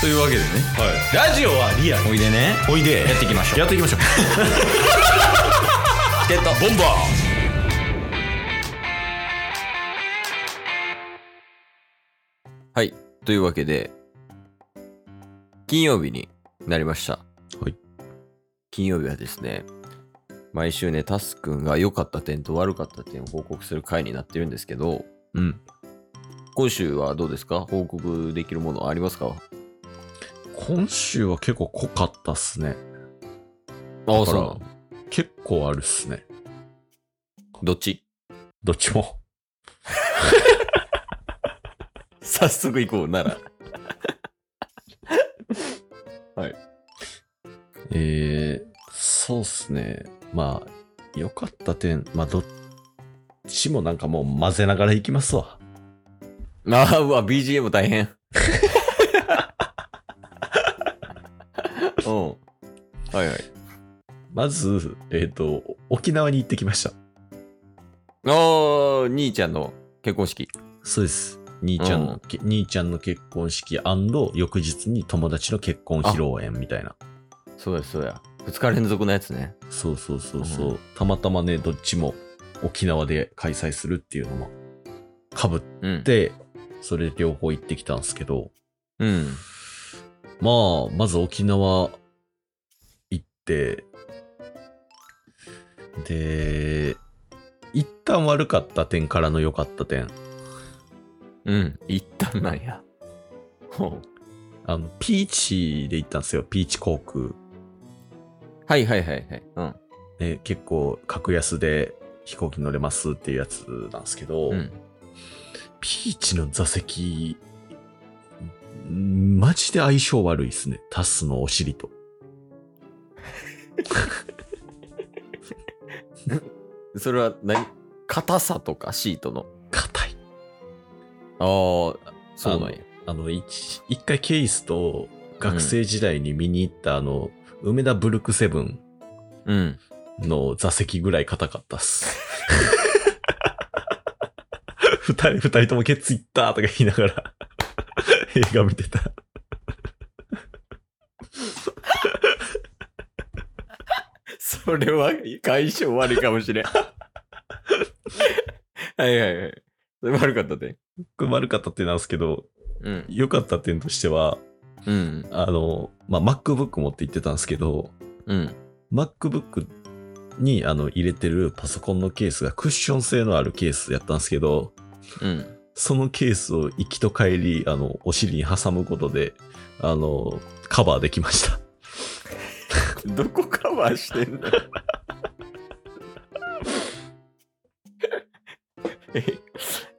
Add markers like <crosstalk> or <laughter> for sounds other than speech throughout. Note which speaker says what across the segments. Speaker 1: というわけでね
Speaker 2: ラジオはリアル
Speaker 1: おいでね
Speaker 2: おいで
Speaker 1: やっていきましょう
Speaker 2: やってい
Speaker 1: <laughs>
Speaker 2: きましょう
Speaker 1: チケットボンバーはいというわけで金曜日になりました
Speaker 2: はい
Speaker 1: 金曜日はですね毎週ねタスくんが良かった点と悪かった点を報告する回になってるんですけど
Speaker 2: うん
Speaker 1: 今週はどうですか報告できるものはありますか
Speaker 2: 今週は結構濃かったっすね
Speaker 1: あ
Speaker 2: だから結構あるっすね
Speaker 1: どっち
Speaker 2: どっちも
Speaker 1: 早速行こうなら
Speaker 2: えー、そうっすねまあ良かった点まあどっちもなんかもう混ぜながらいきますわ
Speaker 1: <laughs> ああ、うわ、BGM 大変。うん。はいはい。
Speaker 2: まずえっ、と沖縄に行ってきました
Speaker 1: あー、兄ちゃんの結婚式。
Speaker 2: そうです兄ちゃんの、
Speaker 1: うん
Speaker 2: け兄ちゃんの結婚式翌日に友達の結婚披露宴みたいな
Speaker 1: そうや、そうや。2日連続のやつね。
Speaker 2: そうそうそうそう、
Speaker 1: う
Speaker 2: たまたまね、どっちも沖縄で開催するっていうのもかぶっ
Speaker 1: うん。、
Speaker 2: て、それで両方行ってきたんですけど、
Speaker 1: うん。
Speaker 2: まあ、まず沖縄行って、で、一旦悪かった点からの良かった点。
Speaker 1: うん。一旦なんや。ほう
Speaker 2: あの、ピーチで行ったんですよ、ピーチ航空。
Speaker 1: はいはいはいはい。うん。
Speaker 2: ね、結構格安で飛行機乗れますっていうやつなんですけど、
Speaker 1: うん。
Speaker 2: ピーチの座席、んマジで相性悪いですね。タスのお尻と。
Speaker 1: それは何硬さとかシートの。
Speaker 2: 硬い。
Speaker 1: ああ、そうなんや。
Speaker 2: あの、一一回ケイスと学生時代に見に行った、あの、梅田ブルクセブン
Speaker 1: うん。
Speaker 2: の座席ぐらい硬かったっす。 <laughs> 二人、二人ともケツいったとか言いながら映画見てた。
Speaker 1: それは解消悪いかもし <laughs> れん。はいはいはい。それ悪かったで。
Speaker 2: これ悪かった点なんですけど、
Speaker 1: うん。
Speaker 2: 良かった点としては、
Speaker 1: うん。
Speaker 2: あの、まあ、MacBook 持って行ってたんですけど、
Speaker 1: うん。
Speaker 2: MacBook にあの入れてるパソコンのケースがクッション性のあるケースやったんですけど、
Speaker 1: うん。
Speaker 2: そのケースを行きと帰り、あの、お尻に挟むことで、あの、カバーできました。 <laughs>
Speaker 1: どこカバーして <laughs> んだえ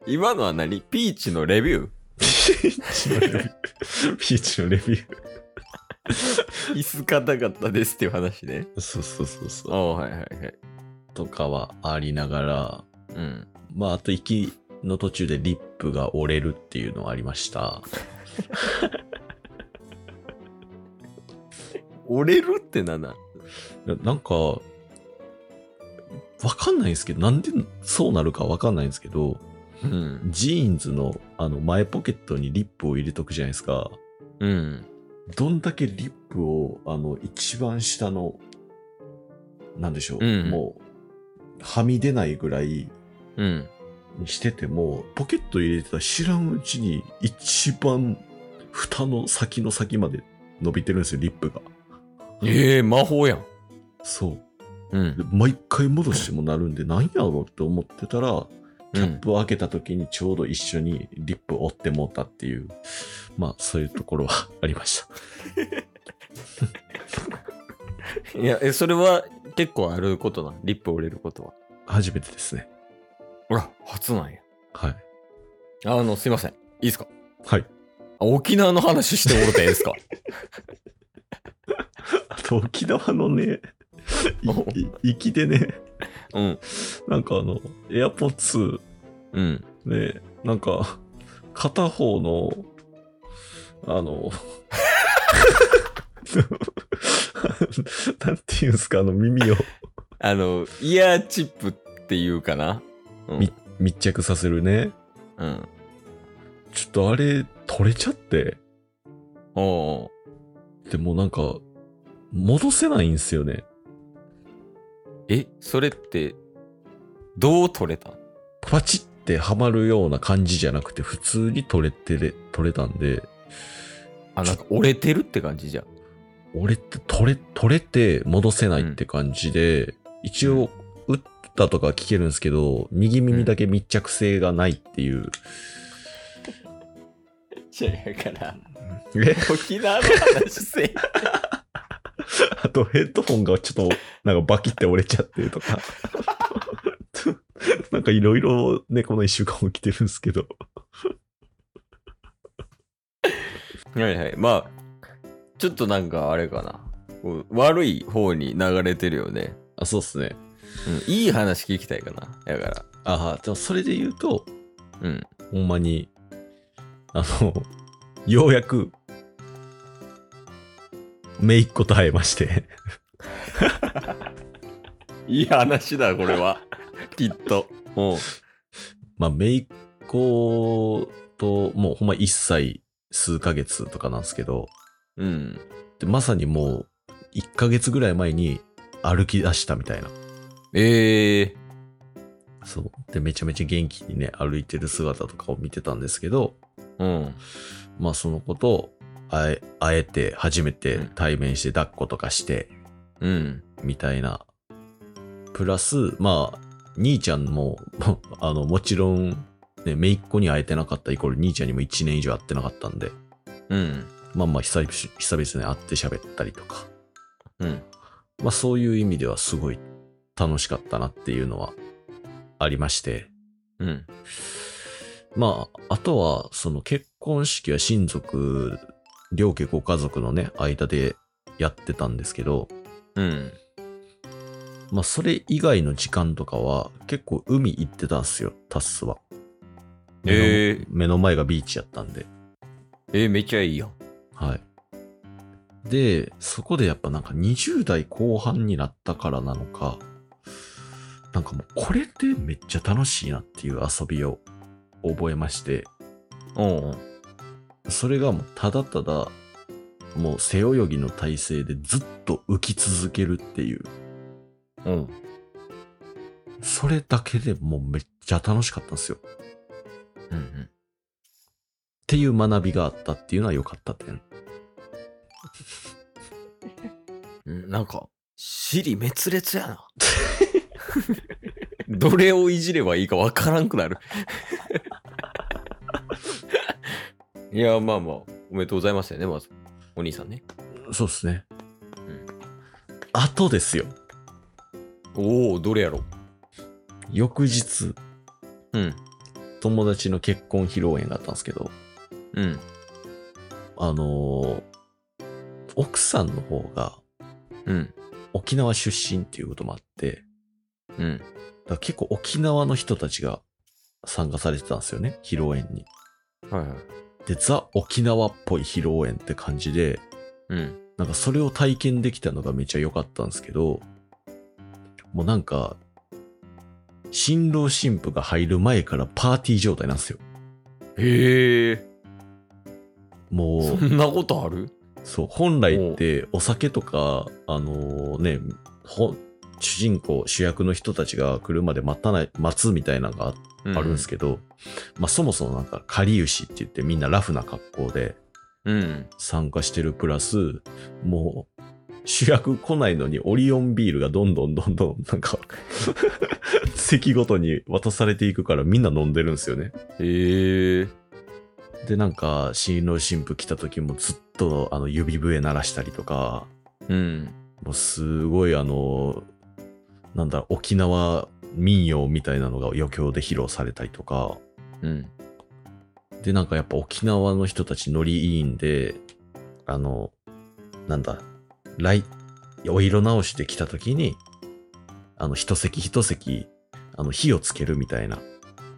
Speaker 1: 今のは何ピーチのレビュ
Speaker 2: ピーチのレビュー。ピーチのレビュ
Speaker 1: ー椅子硬かったですっていう話ね。
Speaker 2: ー。そうそうそう
Speaker 1: あ
Speaker 2: そ
Speaker 1: あ、はいはいはい。
Speaker 2: う。とかはありながら、
Speaker 1: うん。
Speaker 2: まあ、あと行きの途中でリップが折れるっていうのはありました。
Speaker 1: 折れるってなんだ
Speaker 2: いやなんか、わかんないんですけど、なんでそうなるかわかんないんですけど、
Speaker 1: うん。
Speaker 2: ジーンズのあの前ポケットにリップを入れとくじゃないですか。
Speaker 1: うん。
Speaker 2: どんだけリップを、あの、一番下の、なんでしょう、
Speaker 1: うん
Speaker 2: もう、はみ出ないぐらい
Speaker 1: うん。
Speaker 2: にしてても、ポケット入れてたら知らんうちに、一番、蓋の先の先まで伸びてるんですよ、リップが。
Speaker 1: ええ魔法やん。
Speaker 2: そう。
Speaker 1: う
Speaker 2: で
Speaker 1: ん。
Speaker 2: 毎回戻してもなるんで、なんやろうって思ってたら、キ
Speaker 1: う
Speaker 2: ャッ
Speaker 1: ん。
Speaker 2: プを開けた時にちょうど一緒にリップを折ってもうたっていう、まあそういうところはありました。
Speaker 1: いや、え、それは結構あることなん。リップ折れることは。
Speaker 2: 初めてですね。
Speaker 1: ほら、初なんや。
Speaker 2: はい。
Speaker 1: あの、すいません。いいですか
Speaker 2: はい。
Speaker 1: あ沖縄の話してもろていいです <laughs> か
Speaker 2: あと沖縄のね、いい行きでね、
Speaker 1: うん。
Speaker 2: なんかあの、AirPods
Speaker 1: うん。
Speaker 2: ね、なんか、片方の、あの、なんていうんですか、あの耳を
Speaker 1: あの、イヤーチップっていうかな。うん。
Speaker 2: み密着させるね。
Speaker 1: うん。
Speaker 2: ちょっとあれ、取れちゃって。
Speaker 1: おお
Speaker 2: でもなんか、戻せないんですよね。
Speaker 1: う。え、それって、どう取れた
Speaker 2: パチってはまるような感じじゃなくて、普通に取れてれ、取れたんで、
Speaker 1: あ、なんか折れてるって感じじゃん。
Speaker 2: 俺って取れ、取れて戻せないって感じで、一応、打ったとか聞けるんですけど、右耳だけ密着性がないっていう。
Speaker 1: 違うから、
Speaker 2: え
Speaker 1: 沖縄の話せえ。
Speaker 2: あとヘッドホンがちょっと、なんかバキって折れちゃってるとか。 <laughs> なんかいろいろね、この一週間起きてるんですけど。
Speaker 1: <laughs> はいはい。まあ、ちょっとなんかあれかな。こう悪い方に流れてるよね。
Speaker 2: あ、そうっすね。
Speaker 1: うん、いい話聞きたいかな。だから。
Speaker 2: ああ、でもそれで言うと、
Speaker 1: うん。
Speaker 2: ほんまに、あの、 <laughs> ようやく、めいっ子と会えまして。 <laughs>
Speaker 1: いい話だ、これ <laughs> は。きっと。おう
Speaker 2: まあ、めいっ子と、もうほんま1歳数ヶ月とかなんですけど、
Speaker 1: うん。
Speaker 2: でまさにもう、1ヶ月ぐらい前に歩き出したみたいな。
Speaker 1: ええ
Speaker 2: そう。で、めちゃめちゃ元気にね、歩いてる姿とかを見てたんですけど、
Speaker 1: うん。
Speaker 2: まあ、その子と会え、会えて、初めて対面して抱っことかして、
Speaker 1: うん。
Speaker 2: みたいな。プラス、まあ、兄ちゃんも、 <laughs> もうあの、もちろん、ね、姪っ子に会えてなかったイコール兄ちゃんにも1年以上会ってなかったんで、
Speaker 1: うん。
Speaker 2: まあまあ久々、久々に会って喋ったりとか、
Speaker 1: うん。
Speaker 2: まあそういう意味ではすごい楽しかったなっていうのはありまして、
Speaker 1: うん。
Speaker 2: まあ、あとは、その結婚式は親族、両家ご家族のね、間でやってたんですけど、
Speaker 1: うん。
Speaker 2: まあ、それ以外の時間とかは、結構海行ってたんすよ、タッスは。目の
Speaker 1: へー
Speaker 2: 目の前がビーチやったんで。
Speaker 1: えーめっちゃいいよ。
Speaker 2: はい。で、そこでやっぱなんか20代後半になったからなのか、なんかもうこれでめっちゃ楽しいなっていう遊びを覚えまして、
Speaker 1: おう
Speaker 2: それがもうただただ、もう背泳ぎの体勢でずっと浮き続けるっていう、
Speaker 1: おう。
Speaker 2: それだけでもうめっちゃ楽しかったんですよ。
Speaker 1: うん。
Speaker 2: っていう学びがあったっていうのは良かった点。
Speaker 1: うん。なんか、尻滅裂 <laughs> やな。どれをいじればいいかわからんくなる。 <laughs> いや、まあまあ、おめでとうございますよね、まず。お兄さんね。
Speaker 2: そうですね。
Speaker 1: ん
Speaker 2: あとですよ。
Speaker 1: おお、どれやろ
Speaker 2: 翌日、
Speaker 1: う。うん。
Speaker 2: 友達の結婚披露宴があったんですけど、
Speaker 1: うん。
Speaker 2: あのー奥さんの方が
Speaker 1: うん。
Speaker 2: 沖縄出身っていうこともあって、
Speaker 1: うん。
Speaker 2: だから結構沖縄の人たちが参加されてたんですよね、披露宴に。
Speaker 1: はいはい。
Speaker 2: で、ザ・沖縄っぽい披露宴って感じで、
Speaker 1: うん。
Speaker 2: なんかそれを体験できたのがめちゃ良かったんですけど、もうなんか、新郎新婦が入る前からパーティー状態なんですよ。
Speaker 1: へえ。
Speaker 2: も
Speaker 1: そ
Speaker 2: うん
Speaker 1: なことある
Speaker 2: そう、本来ってお酒とか、あのね、ほ主人公、主役の人たちが来るまで待たない、待つみたいなのがああるんです
Speaker 1: け
Speaker 2: けど、まあそもそもなんか、かりゆしって言ってみんなラフな格好で、
Speaker 1: ど。うん。
Speaker 2: 参加してるプラス、もう、主役来ないのにオリオンビールがどんどんどんどんなんか、席ごとに渡されていくからみんな飲んでるんですよね。
Speaker 1: へえ。
Speaker 2: で、なんか、新郎新婦来た時もずっとあの指笛鳴らしたりとか、
Speaker 1: うん。
Speaker 2: もうすごいあの、なんだ、沖縄民謡みたいなのが余興で披露されたりとか、
Speaker 1: うん。
Speaker 2: で、なんかやっぱ沖縄の人たちノリいいんで、あの、なんだ、来、お色直しで来た時に、あの、一席一席、あの、火をつけるみたいな、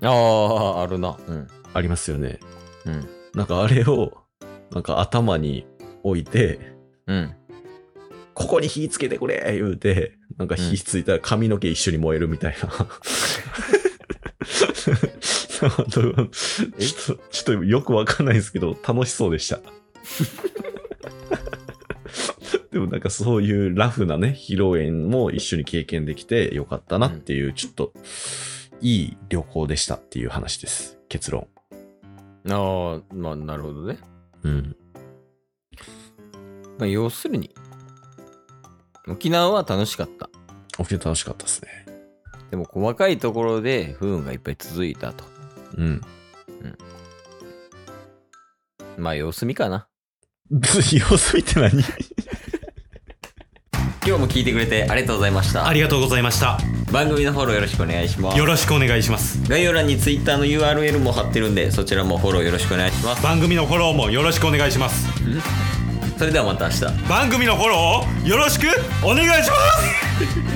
Speaker 1: ああ、あるな。うん。
Speaker 2: ありますよね。
Speaker 1: うん。
Speaker 2: なんかあれを、なんか頭に置いて、
Speaker 1: うん。
Speaker 2: ここに火つけてくれ言うて、なんか火ついたら髪の毛一緒に燃えるみたいな。 <laughs> ちょ <laughs> っと、ちょっとよくわかんないんですけど、楽しそうでした。でもなんかそういうラフなね、披露宴も一緒に経験できてよかったなっていう、ちょっといい旅行でしたっていう話です。結論。
Speaker 1: ああ、まあ、なるほどね。
Speaker 2: うん。
Speaker 1: まあ、要するに、沖縄は楽しかった。
Speaker 2: 沖縄楽しかったですね。
Speaker 1: でも、細かいところで不運がいっぱい続いたと。
Speaker 2: うん。 <laughs>
Speaker 1: まあ、様子見かな。
Speaker 2: 様子見て何
Speaker 1: 今日も聞いてくれてありがとうございました
Speaker 3: あ。りがとうございました。
Speaker 1: 番組のフォローよろしくお願いします
Speaker 3: よ。ろしくお願いします。
Speaker 1: 概要欄に Twitter の URL も貼ってるんで、そちらもフォローよろしくお願いします。
Speaker 3: 番組のフォローもよろしくお願いします。
Speaker 1: それではまた明日。
Speaker 3: 番組のフォローをよろしくお願いします